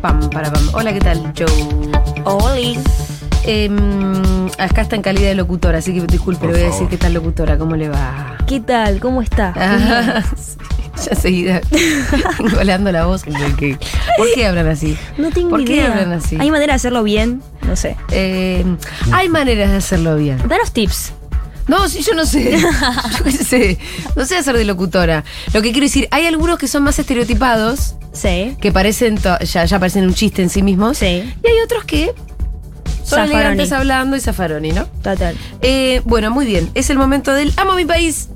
para Pam. Hola, ¿qué tal, Joe? Oli. Em, acá está en calidad de locutora, así que disculpe, Por le voy a favor. decir qué tal locutora, ¿cómo le va? ¿Qué tal? ¿Cómo está? Ah, ya seguida colando la voz. porque- ¿Por qué hablan así? No tengo ¿Por idea. qué hablan así? ¿Hay manera de hacerlo bien? No sé. Eh, hay maneras de hacerlo bien. Danos tips. No, sí, yo no sé. Yo qué sé. No sé hacer de locutora. Lo que quiero decir, hay algunos que son más estereotipados, Sí. que parecen to- ya, ya parecen un chiste en sí mismos. Sí. Y hay otros que son Zaffaroni. elegantes hablando y zafaroni, ¿no? Total. Eh, bueno, muy bien. Es el momento del Amo mi país.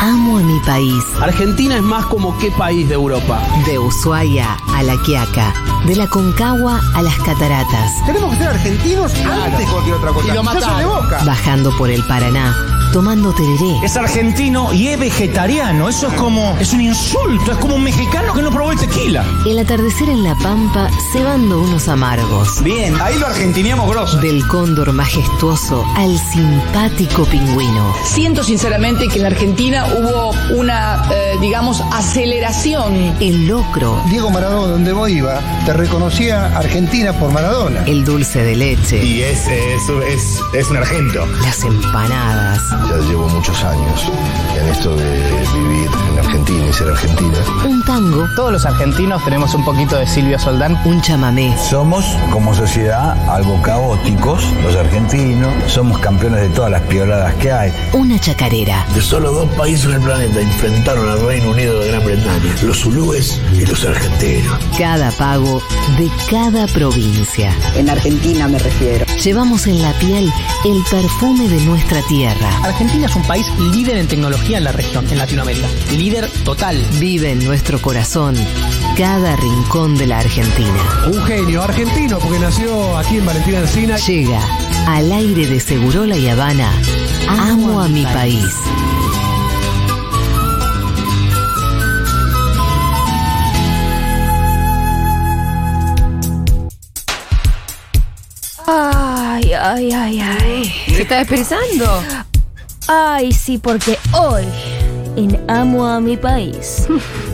Amo a mi país. Argentina es más como qué país de Europa. De Ushuaia a La Quiaca. De la Concagua a las Cataratas. Tenemos que ser argentinos antes que cualquier otra cosa. Y lo de boca. Bajando por el Paraná. Tomando tereré. Es argentino y es vegetariano. Eso es como. Es un insulto. Es como un mexicano que no probó el tequila. El atardecer en La Pampa cebando unos amargos. Bien, ahí lo argentineamos grosso. Del cóndor majestuoso al simpático pingüino. Siento sinceramente que en la Argentina hubo una, eh, digamos, aceleración. El locro. Diego Maradona, donde vos iba, te reconocía Argentina por Maradona. El dulce de leche. Y es, es, es, es un argento. Las empanadas. Ya llevo muchos años en esto de vivir en Argentina y ser argentina. Un tango. Todos los argentinos tenemos un poquito de Silvio Soldán. Un chamamé. Somos como sociedad algo caóticos, los argentinos, somos campeones de todas las pioladas que hay. Una chacarera. De solo dos países en el planeta enfrentaron al Reino Unido de Gran Bretaña, los zulúes y los argentinos. Cada pago de cada provincia. En Argentina me refiero. Llevamos en la piel el perfume de nuestra tierra. Argentina es un país líder en tecnología en la región, en Latinoamérica. Líder total. Vive en nuestro corazón cada rincón de la Argentina. Un genio argentino, porque nació aquí en Valentina Encina. Llega al aire de Segurola y Habana. Amo a mi país. Ay, ay, ay, ay. ¿Se está expresando? Ay, sí, porque hoy en Amo a mi país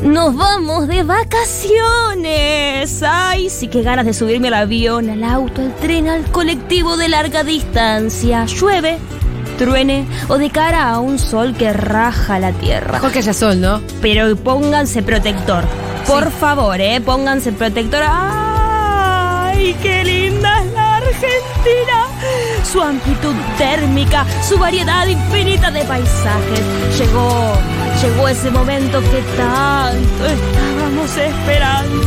nos vamos de vacaciones. Ay, sí, qué ganas de subirme al avión, al auto, al tren, al colectivo de larga distancia. Llueve, truene o de cara a un sol que raja la tierra. Mejor que haya sol, ¿no? Pero pónganse protector. Por favor, ¿eh? Pónganse protector. ¡Ay, qué linda es la Argentina! Su amplitud térmica, su variedad infinita de paisajes. Llegó, llegó ese momento que tanto estábamos esperando.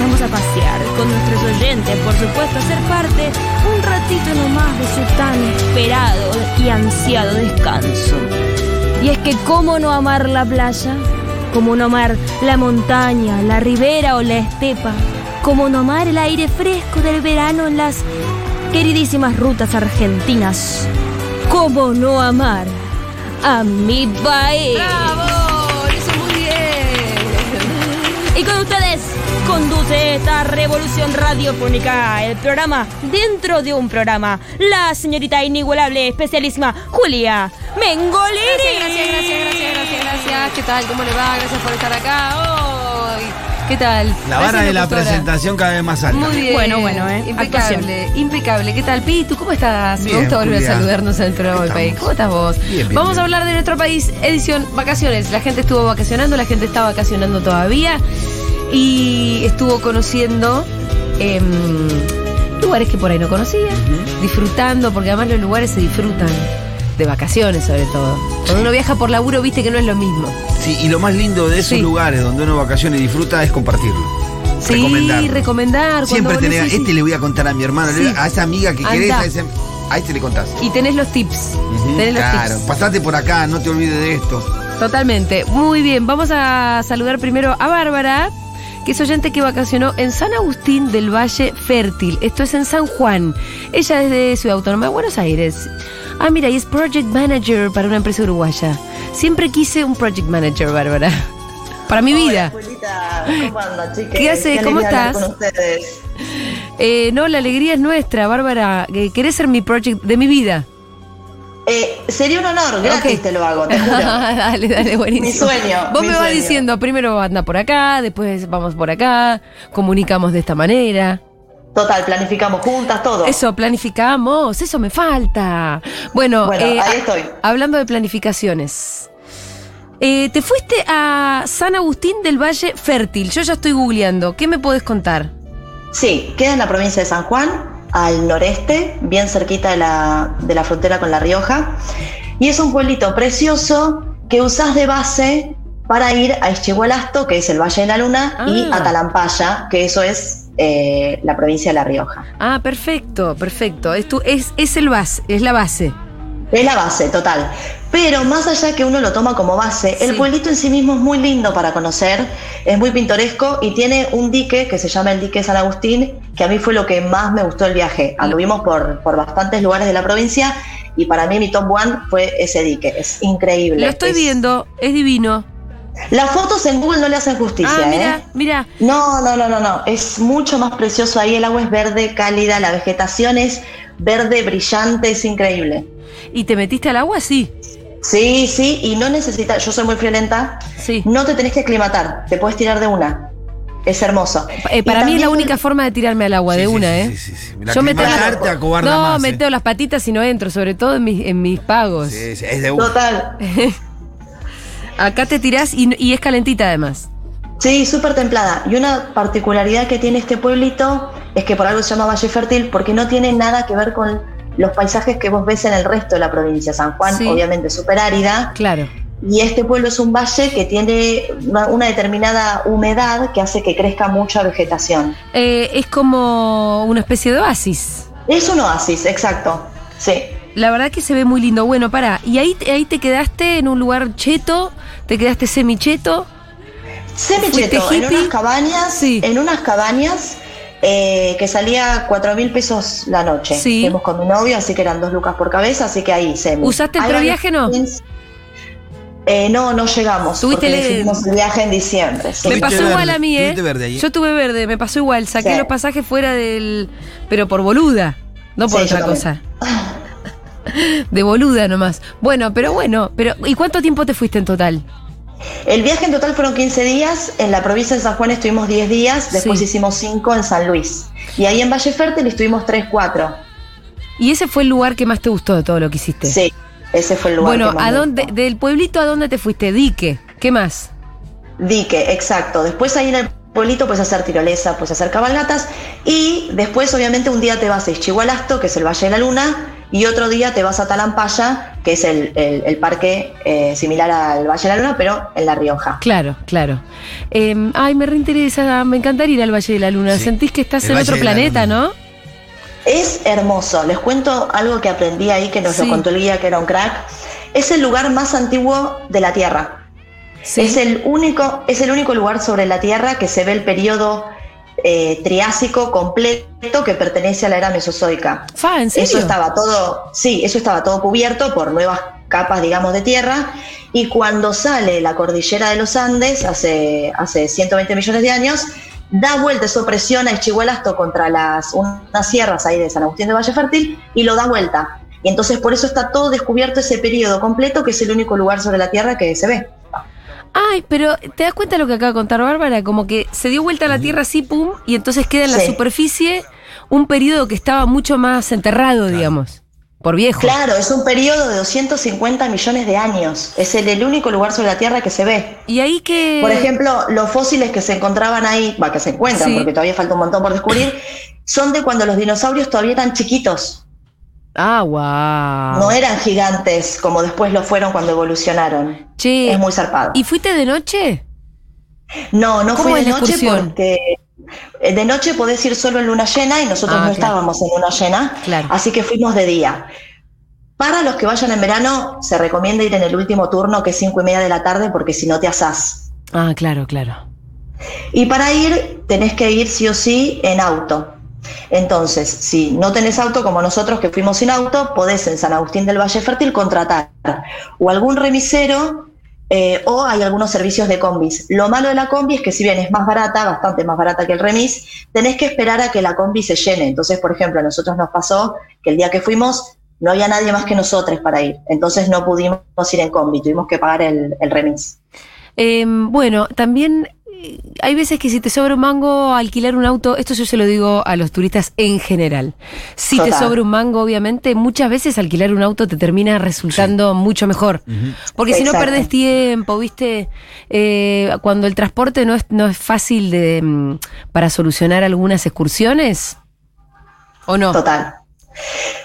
Vamos a pasear con nuestros oyentes, por supuesto, a ser parte un ratito nomás de su tan esperado y ansiado descanso. Y es que cómo no amar la playa, cómo no amar la montaña, la ribera o la estepa, cómo no amar el aire fresco del verano en las queridísimas rutas argentinas, cómo no amar a mi país. ¡Bravo! Eso muy bien. Y con ustedes conduce esta revolución radiofónica, el programa dentro de un programa, la señorita inigualable, especialísima Julia Mengolini. Gracias, gracias, gracias, gracias, gracias, gracias. ¿Qué tal? ¿Cómo le va? Gracias por estar acá hoy. ¿Qué tal? La vara Gracias, de la locutora. presentación cada vez más alta. Muy bien. Bueno, bueno, eh. Impecable, impecable. ¿Qué tal, Pi? ¿Tú cómo estás? Me Bien, gusta volver Julia. a saludarnos en el programa del ¿Cómo país. estamos? ¿Cómo estás vos? Bien, bien, Vamos a bien. hablar de nuestro país, edición vacaciones. La gente estuvo vacacionando, la gente está vacacionando todavía y estuvo conociendo em, lugares que por ahí no conocía, disfrutando, porque además los lugares se disfrutan. De vacaciones, sobre todo. Cuando uno viaja por laburo, viste que no es lo mismo. Sí, y lo más lindo de esos Sí. lugares donde uno vacaciona y disfruta es compartirlo. Sí, recomendar. recomendar, cuando Siempre vos tener, necesites. este le voy a contar a mi hermano, Sí. a esa amiga que querés, Andá. a ese- ahí se le contás. Y tenés los tips. Ujú, Tenés los claro, tips. pasate por acá, no te olvides de esto. Totalmente. Muy bien, vamos a saludar primero a Bárbara, que es oyente que vacacionó en San Agustín del Valle Fértil. Esto es en San Juan. Ella es de Ciudad Autónoma de Buenos Aires. Ah, mira, y es Project Manager para una empresa uruguaya. Siempre quise un Project Manager, Bárbara. Para mi vida. ¿Cómo andan, chicas? ¿Qué hace? ¿Cómo estás? ustedes. Eh, no, la alegría es nuestra, Bárbara. Eh, ¿Querés ser mi project de mi vida? Eh, sería un honor, gratis Ok. te lo hago, te juro. dale, dale, buenísimo. Mi sueño, Vos mi me vas sueño. diciendo, primero anda por acá, después vamos por acá, comunicamos de esta manera. Total, planificamos juntas todo. Eso, planificamos, eso me falta. Bueno, Bueno, eh, a- ahí estoy. hablando de planificaciones. Eh, te fuiste a San Agustín del Valle Fértil. Yo ya estoy googleando. ¿Qué me podés contar? Sí, queda en la provincia de San Juan, al noreste, bien cerquita de la, de la frontera con La Rioja. Y es un pueblito precioso que usás de base para ir a Eschihuelasto, que es el Valle de la Luna, y Ah. a Talampaya, que eso es eh, la provincia de La Rioja. Ah, perfecto, perfecto. Es, tu- es, es el base, es la base. Es la base, total. Pero más allá que uno lo toma como base, Sí. el pueblito en sí mismo es muy lindo para conocer, es muy pintoresco y tiene un dique que se llama el dique San Agustín, que a mí fue lo que más me gustó el viaje. Anduvimos por, por bastantes lugares de la provincia y para mí mi top one fue ese dique, es increíble. Lo estoy Es- viendo, es divino. Las fotos en Google no le hacen justicia, ah, mira, ¿eh? mira. No, no, no, no, no. Es mucho más precioso ahí. El agua es verde, cálida, la vegetación es verde, brillante, es increíble. ¿Y te metiste al agua? Sí. Sí, sí, y no necesitas, yo soy muy friolenta, Sí. no te tenés que aclimatar, te puedes tirar de una. Es hermoso. Eh, Y para mí es la también- única forma de tirarme al agua, de Sí, sí, una, sí, ¿eh? sí, sí, sí. La Yo me aclimatar tengo- te acobarda No, más, ¿eh? meteo las patitas y no entro, sobre todo en mis, en mis pagos. Sí, sí, es de una. Total. Acá te tirás y, y es calentita además. Sí, súper templada. Y una particularidad que tiene este pueblito es que por algo se llama Valle Fértil, porque no tiene nada que ver con los paisajes que vos ves en el resto de la provincia. San Juan, Sí. obviamente, súper árida. Claro. Y este pueblo es un valle que tiene una, una determinada humedad que hace que crezca mucha vegetación. Eh, es como una especie de oasis. Es un oasis, exacto. Sí. La verdad que se ve muy lindo. Bueno, pará. Y ahí, ahí te quedaste en un lugar cheto, te quedaste semicheto. ¿Fuiste Semicheto, en hippie? unas cabañas, Sí. en unas cabañas eh, que salía cuatro mil pesos la noche. Sí. Fuimos con mi novio, así que eran dos lucas por cabeza, así que ahí semi. ¿Usaste el Ahí van previaje, no? los- Eh, no, no llegamos. Tuviste Porque el- decidimos el viaje en diciembre. sí. Me Tuviste pasó verde, igual a mí, ¿eh? tuviste verde ahí. Yo tuve verde, me pasó igual. Saqué Sí. los pasajes fuera del. Pero por boluda, no por Sí, yo otra también. cosa. De boluda nomás. Bueno, pero bueno. pero ¿Y cuánto tiempo te fuiste en total? El viaje en total fueron 15 días. En la provincia de San Juan estuvimos 10 días, después Sí. hicimos 5 en San Luis. Y ahí en Valle Fértil estuvimos 3, 4. Y ese fue el lugar que más te gustó de todo lo que hiciste. Sí, ese fue el lugar. Bueno, que más ¿a me dónde, gustó. del pueblito a dónde te fuiste? Dique. ¿Qué más? Dique, exacto. Después ahí en el pueblito puedes hacer tirolesa, puedes hacer cabalgatas y después obviamente un día te vas a Ischigualasto, que es el Valle de la Luna, y otro día te vas a Talampaya, que es el, el- el parque eh, similar al Valle de la Luna, pero en La Rioja. Claro, claro. Eh, ay, me reinteresa, me encantaría ir al Valle de la Luna. Sí. Sentís que estás El en Valle otro de la planeta, Luna. ¿no? Es hermoso. Les cuento algo que aprendí ahí, que nos Sí. lo contó el guía, que era un crack. Es el lugar más antiguo de la Tierra. Sí. Es, el único, es el único lugar sobre la Tierra que se ve el periodo eh, Triásico completo que pertenece a la era Mesozoica. Fa, ¿en serio? Eso estaba todo, sí, eso estaba todo cubierto por nuevas capas, digamos, de tierra. Y cuando sale la cordillera de los Andes, hace, hace 120 millones de años, da vuelta, eso presiona el Chihuelasto contra las, unas sierras ahí de San Agustín de Valle Fértil y lo da vuelta. Y entonces por eso está todo descubierto ese periodo completo, que es el único lugar sobre la Tierra que se ve. Ay, pero ¿te das cuenta lo que acaba de contar Bárbara? Como que se dio vuelta a la Tierra así, pum, y entonces queda en la Sí. superficie un periodo que estaba mucho más enterrado, digamos, por viejo. Claro, es un periodo de 250 millones de años. Es el, el único lugar sobre la Tierra que se ve. Y ahí que... Por ejemplo, los fósiles que se encontraban ahí, va, que se encuentran, Sí. porque todavía falta un montón por descubrir, son de cuando los dinosaurios todavía eran chiquitos. Ah, wow. No eran gigantes como después lo fueron cuando evolucionaron. Che, Es muy zarpado. ¿y fuiste de noche? No, no ¿Cómo fue es de la noche excursión? porque eh, de noche podés ir solo en luna llena y nosotros Ah, no claro. estábamos en luna llena, Claro. así que fuimos de día. Para los que vayan en verano, se recomienda ir en el último turno, que es cinco y media de la tarde, porque si no te asás. Ah, claro, claro. Y para ir, tenés que ir sí o sí en auto. Entonces, si no tenés auto como nosotros que fuimos sin auto, podés en San Agustín del Valle Fértil contratar o algún remisero eh, o hay algunos servicios de combis. Lo malo de la combi es que si bien es más barata, bastante más barata que el remis, tenés que esperar a que la combi se llene. Entonces, por ejemplo, a nosotros nos pasó que el día que fuimos no había nadie más que nosotros para ir. Entonces no pudimos ir en combi, tuvimos que pagar el, el remis. Eh, bueno, también eh, hay veces que si te sobra un mango alquilar un auto, esto yo se lo digo a los turistas en general. Si te Total. sobra un mango, obviamente, muchas veces alquilar un auto te termina resultando mucho mejor. Porque si no Exacto. perdés tiempo, ¿viste? Eh, cuando el transporte no es, no es fácil de, mm, para solucionar algunas excursiones, ¿o no? Total.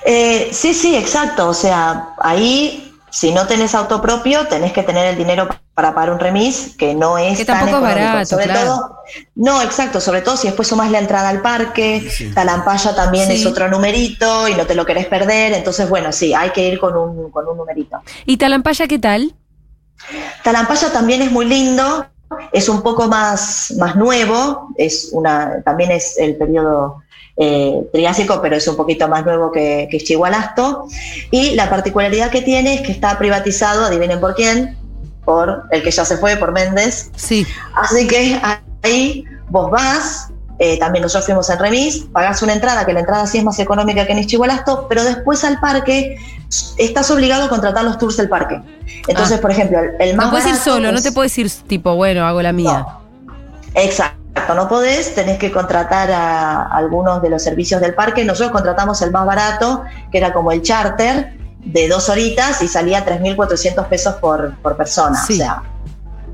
Eh, sí, sí, exacto. O sea, ahí, si no tenés auto propio, tenés que tener el dinero para pagar un remis, que no es Que tan tampoco es económico. barato, sobre claro. todo, no, exacto, sobre todo si después sumás la entrada al parque, Talampaya también Sí. es otro numerito y no te lo querés perder. Entonces, bueno, sí, hay que ir con un, con un numerito. ¿Y Talampaya qué tal? Talampaya también es muy lindo, es un poco más, más nuevo, es una, también es el periodo eh, Triásico, pero es un poquito más nuevo que, que Chihualasto. Y la particularidad que tiene es que está privatizado, adivinen por quién, por el que ya se fue, por Méndez. Sí. Así que ahí vos vas, eh, también nosotros fuimos en remis, pagás una entrada, que la entrada sí es más económica que en Chihualasto, pero después al parque s- estás obligado a contratar los tours del parque. Entonces, Ah. por ejemplo, el- el más No puedes ir barato solo, no es- te puedes ir tipo, bueno, hago la mía. No. Exacto, no podés, tenés que contratar a algunos de los servicios del parque. Nosotros contratamos el más barato, que era como el charter, de dos horitas y salía 3.400 pesos por, por persona. Sí. O sea,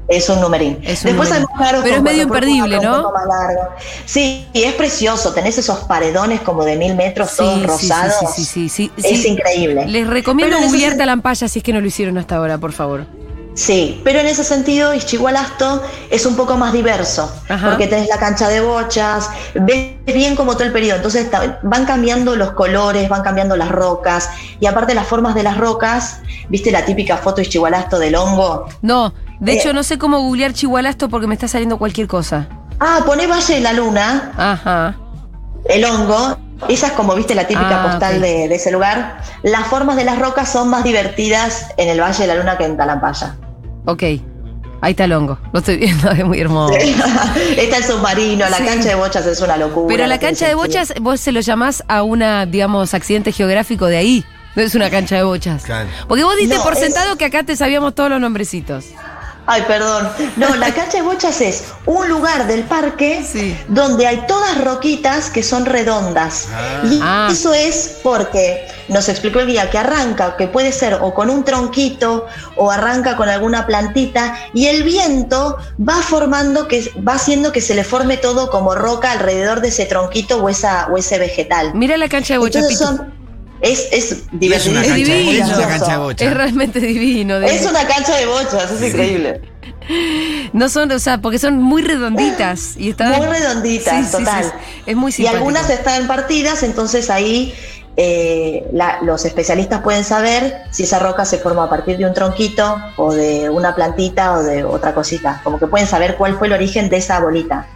es un numerín. Es un Después numerín. hay más caros Pero con es medio cuatro por imperdible, cuatro, ¿no? Un poco más largo. Sí, y es precioso. Tenés esos paredones como de mil metros, todos rosados. Sí, sí, sí, sí, Es sí. increíble. Les recomiendo Pero en ese googlear sen- Talampaya si es que no lo hicieron hasta ahora, por favor. Sí, pero en ese sentido, Ixchigualasto es un poco más diverso, Ajá. porque tenés la cancha de bochas, ves bien como todo el periodo, entonces ta- van cambiando los colores, van cambiando las rocas, y aparte las formas de las rocas, viste la típica foto Ixchigualasto del hongo. No, de Eh. hecho no sé cómo googlear Chihualasto porque me está saliendo cualquier cosa. Ah, poné Valle de la Luna, Ajá. el hongo, esa es como viste la típica Ah, postal ok. de, de ese lugar. Las formas de las rocas son más divertidas en el Valle de la Luna que en Talampaya. Ok. Ahí está el hongo. Lo estoy viendo, es muy hermoso. Está el submarino, la Sí. cancha de bochas es una locura. Pero no la tiene cancha de sentido. bochas, vos se lo llamás a una, digamos, accidente geográfico de ahí. No es una cancha de bochas. Claro. Porque vos diste No, por es- sentado que acá te sabíamos todos los nombrecitos. Ay, perdón. No, la cancha de bochas es un lugar del parque Sí. donde hay todas roquitas que son redondas. Y Ah. eso es porque nos explicó el guía que arranca, que puede ser o con un tronquito o arranca con alguna plantita y el viento va formando que va haciendo que se le forme todo como roca alrededor de ese tronquito o esa o ese vegetal. Mira la cancha de bochas, Entonces Pitu. son es es Es divertido. una Es cancha, divino. es una cancha de Es bocha. realmente divino. de- Es una cancha de bochas, es increíble. No son, o sea, porque son muy redonditas. Y están Muy redonditas, Sí, sí, total. sí, sí. Es muy Y simpático. algunas están partidas, entonces ahí eh, la- los especialistas pueden saber si esa roca se forma a partir de un tronquito o de una plantita o de otra cosita. Como que pueden saber cuál fue el origen de esa bolita.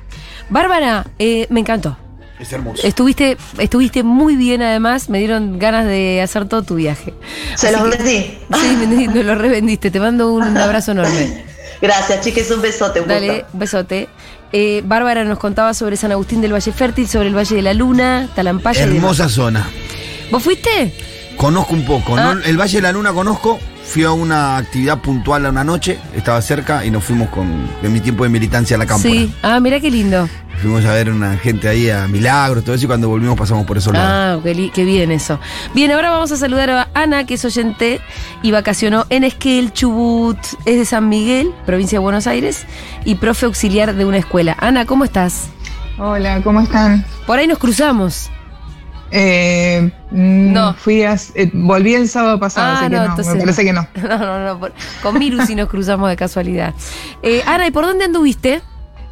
Bárbara, eh, me encantó. Es hermoso. Estuviste, estuviste muy bien además, me dieron ganas de hacer todo tu viaje. Se Así los que- vendí. Sí, me, me lo revendiste. Te mando un, abrazo enorme. Gracias, chiques, un besote, un Dale, gusto. besote. Eh, Bárbara nos contaba sobre San Agustín del Valle Fértil, sobre el Valle de la Luna, Talampaya. y demás. Hermosa zona. ¿Vos fuiste? Conozco un poco. Ah. ¿no? El Valle de la Luna conozco. Fui a una actividad puntual a una noche. Estaba cerca y nos fuimos con, en mi tiempo de militancia a la cámpora. Sí. Ah, mira qué lindo. Fuimos a ver una gente ahí a Milagros, todo eso. Y cuando volvimos pasamos por esos lados. Ah, qué, li- qué bien eso. Bien, ahora vamos a saludar a Ana, que es oyente y vacacionó en Esquel, Chubut, es de San Miguel, provincia de Buenos Aires, y profe auxiliar de una escuela. Ana, ¿cómo estás? Hola, ¿cómo están? Por ahí nos cruzamos. Eh, mm, No. Fui a, eh, volví el sábado pasado, Ah, así no, que no, entonces me parece no. que no. No, no, no, por- con Miru sí nos cruzamos de casualidad. Eh, Ana, ¿y por dónde anduviste?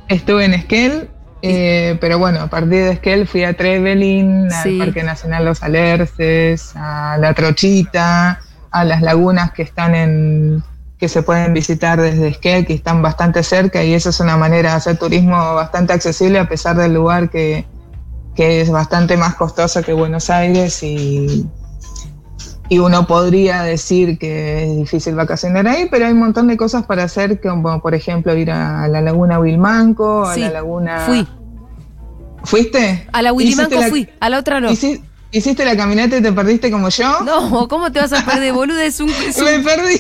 Estuve en Esquel, eh, pero bueno, a partir de Esquel fui a Trevelin, Sí. al Parque Nacional Los Alerces, a La Trochita, a las lagunas que están en que se pueden visitar desde Esquel, que están bastante cerca y eso es una manera de hacer turismo bastante accesible a pesar del lugar que, que es bastante más costoso que Buenos Aires y, y uno podría decir que es difícil vacacionar ahí, pero hay un montón de cosas para hacer, como por ejemplo ir a la laguna Wilmanco, a Sí, la laguna... Fui. ¿Fuiste? A la Willimanco Hiciste la- fui, a la otra no. hici- ¿Hiciste la caminata y te perdiste como yo? No, ¿cómo te vas a perder, boludo? Es un, es un- Me perdí.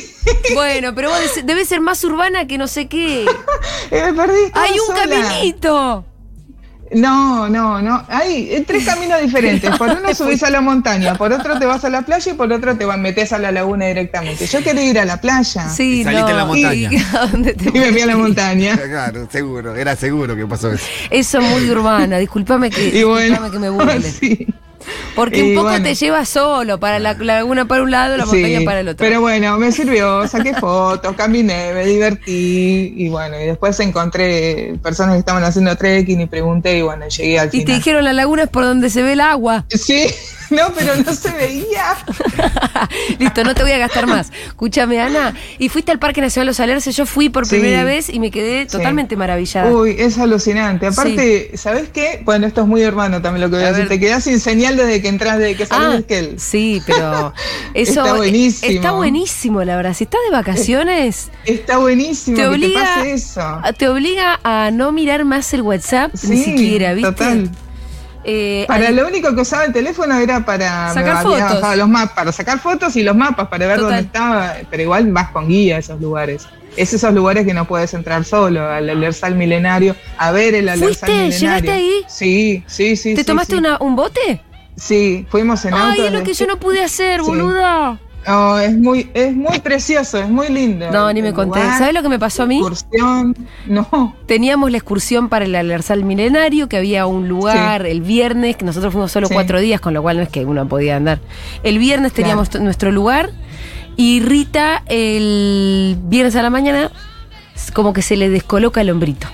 Bueno, pero vos des- debes ser más urbana que no sé qué. Y me perdí. estaba ¡Hay un sola. caminito! No, no, no. Hay eh, tres caminos diferentes. Por uno subís a la montaña, por otro te vas a la playa y por otro te vas, metes a la laguna directamente. Yo quería ir a la playa. Sí, Y saliste no. a la montaña. ¿Y a dónde te Y me fui a la fuiste? montaña. Claro, seguro, era seguro que pasó eso. Eso es muy urbana, discúlpame que, Y bueno, disculpame que me burle. sí. Porque un y poco bueno. te lleva solo, para la, la laguna para un lado, la montaña Sí, para el otro. Pero bueno, me sirvió, saqué fotos, caminé, me divertí y bueno, y después encontré personas que estaban haciendo trekking y pregunté y bueno, llegué al y te final. dijeron la laguna es por donde se ve el agua. Sí, no, pero no se veía. Listo, no te voy a gastar más. Escúchame, Ana. Y fuiste al Parque Nacional Los Alerces. Yo fui por Sí. primera vez y me quedé totalmente maravillada. Uy, es alucinante. Aparte, ¿sabés qué? Bueno, esto es muy hermano también lo que voy a, A decir. ver. Te quedás sin señal desde que entras, desde que salís Ah, del Kell. sí, pero eso Está buenísimo. está buenísimo, la verdad. Si estás de vacaciones, Está buenísimo Te obliga- que te pase eso. te obliga a no mirar más el WhatsApp ni Sí, siquiera, ¿viste? total. Eh, Para al- lo único que usaba el teléfono era para Sacar me había fotos. bajado los mapas, para sacar fotos y los mapas para ver Total. dónde estaba, pero igual vas con guía a esos lugares. Es esos lugares que no puedes entrar solo, al Alersal Milenario, a ver el Alersal ¿Fuiste? Milenario. ¿Llegaste ahí? Sí, sí, sí. ¿Te sí, tomaste sí. una- un bote? Sí, fuimos en Ay, auto. es lo que yo no pude hacer, Sí. boluda. No, es muy, es muy precioso, es muy lindo. No, ni me El conté. lugar, ¿Sabes lo que me pasó a mí? Excursión, no. Teníamos la excursión para el Alersal Milenario, que había un lugar el viernes, que nosotros fuimos solo Sí. cuatro días, con lo cual no es que uno podía andar. El viernes Claro. teníamos t- nuestro lugar y Rita el viernes a la mañana s- como que se le descoloca el hombrito.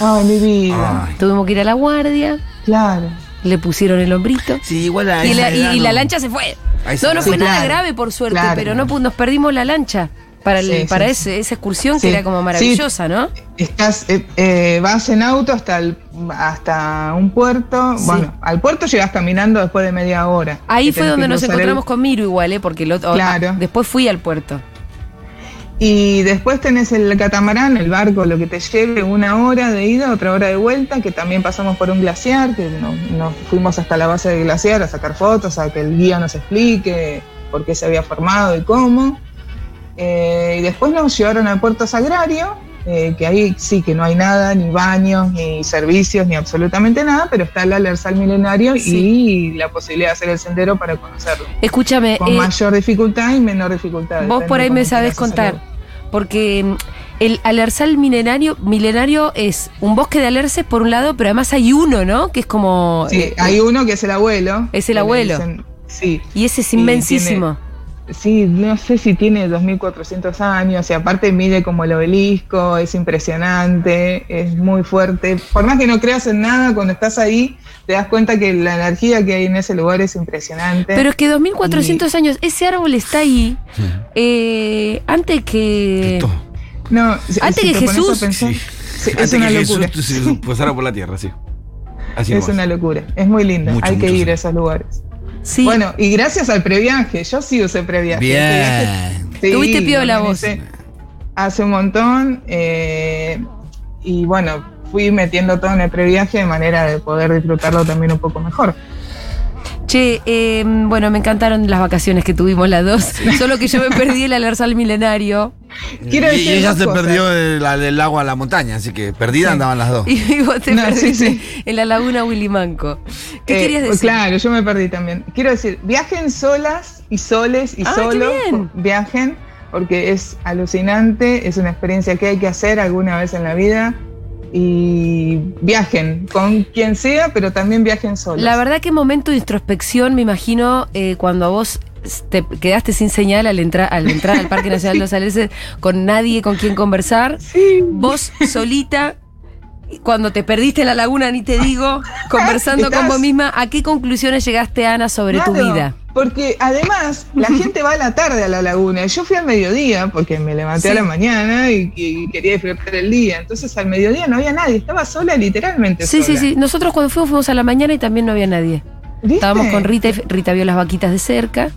Ay, mi vida. Ay. Tuvimos que ir a la guardia, Claro. le pusieron el hombrito Sí, igual a y esa la, y- edad y no. la lancha se fue. A esa No, no edad fue Sí, nada claro. grave por suerte, Claro. pero no pu- nos perdimos la lancha para, el- Sí, para sí, ese- esa excursión que Sí. era como maravillosa, ¿no? Estás, eh, eh, vas en auto hasta, el- hasta un puerto. Sí. Bueno, al puerto llegas caminando después de media hora. Ahí Que fue tenés donde que nos cruzar el- encontramos con Miro igual, ¿eh? Porque el otro- Claro. ah, después fui al puerto. Y después tenés el catamarán, el barco, lo que te lleve una hora de ida, otra hora de vuelta, que también pasamos por un glaciar, que no- nos fuimos hasta la base del glaciar a sacar fotos, a que el guía nos explique por qué se había formado y cómo. Eh, y después nos llevaron al puerto sagrario, eh, que ahí sí que no hay nada, ni baños, ni servicios, ni absolutamente nada, pero está el Alersal Milenario y la posibilidad de hacer el sendero para conocerlo. Escúchame, Con eh, mayor dificultad y menor dificultad. vos por ahí me sabés contar, porque mm, el alersal milenario, milenario es un bosque de alerces por un lado, pero además hay uno, ¿no? Que es como... Sí, eh, hay uno que es el abuelo. Es el que le abuelo. dicen- sí, y ese es y inmensísimo. sí, no sé si tiene 2400 años y aparte mide como el obelisco, es impresionante, es muy fuerte. Por más que no creas en nada, cuando estás ahí te das cuenta que la energía que hay en ese lugar es impresionante. Pero es que 2400 años, ese árbol está ahí eh, antes que... Esto. no, si- Antes si que te pones a Jesús. pensar, Sí. sí, es Antes una que locura. Jesús se pasara por la tierra, sí. Así Es nomás. una locura, es muy lindo, Mucho, hay que mucho, ir sí. a esos lugares. Sí. Bueno, y gracias al previaje, yo sí usé previaje. El previaje Bien. Sí, Tuviste piola lo vos. organicé Hace un montón. eh, y bueno, fui metiendo todo en el previaje de manera de poder disfrutarlo también un poco mejor. Che, eh, bueno, me encantaron las vacaciones que tuvimos las dos, solo que yo me perdí el alersal milenario. Quiero y, y decir ella dos se cosas. perdió de la- del agua a la montaña, así que perdida andaban las dos. Y vos te No, perdiste sí, en la laguna Willimanco. ¿Qué Eh, querías decir? Claro, yo me perdí también. Quiero decir, viajen solas y soles y Ah, qué solos. bien. Viajen porque es alucinante, es una experiencia que hay que hacer alguna vez en la vida. Y viajen con quien sea, pero también viajen solos. La verdad que momento de introspección, me imagino, eh, cuando a vos te quedaste sin señal al, entrar al entrar al Parque Nacional de los Aleses, con nadie con quien conversar, Sí. vos solita, cuando te perdiste en la laguna, ni te digo, conversando Estás- con vos misma, ¿a qué conclusiones llegaste, Ana, sobre tu Claro, vida? Porque además la gente va a la tarde a la laguna. Yo fui al mediodía porque me levanté a la Sí. mañana y, y quería disfrutar el día. Entonces al mediodía no había nadie, estaba sola literalmente. Sí, sí, sola. sí. Nosotros cuando fuimos fuimos a la mañana y también no había nadie. ¿Viste? Estábamos con Rita y Rita vio las vaquitas de cerca.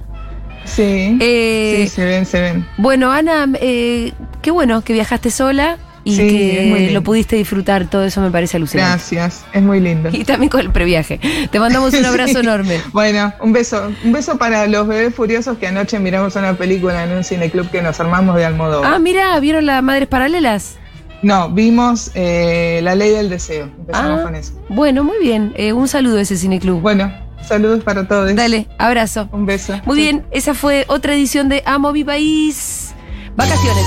Sí. Eh, Sí, se ven, se ven. eh, Bueno, Ana, eh, qué bueno que viajaste sola. y Sí, es muy que lindo. lo pudiste disfrutar. Todo eso me parece alucinante. Gracias, es muy lindo. Y también con el previaje. Te mandamos un abrazo Sí. enorme. Bueno, un beso. Un beso para los bebés furiosos que anoche miramos una película en un cineclub que nos armamos de Almodóvar. Ah, mira, ¿vieron las Madres Paralelas? No, vimos eh, La Ley del Deseo. Empezamos Ah, con eso. Bueno, muy bien. Eh, un saludo a ese cineclub. Bueno, saludos para todos. Dale, abrazo. Un beso. Muy bien, esa fue otra edición de Amo mi país. Vacaciones.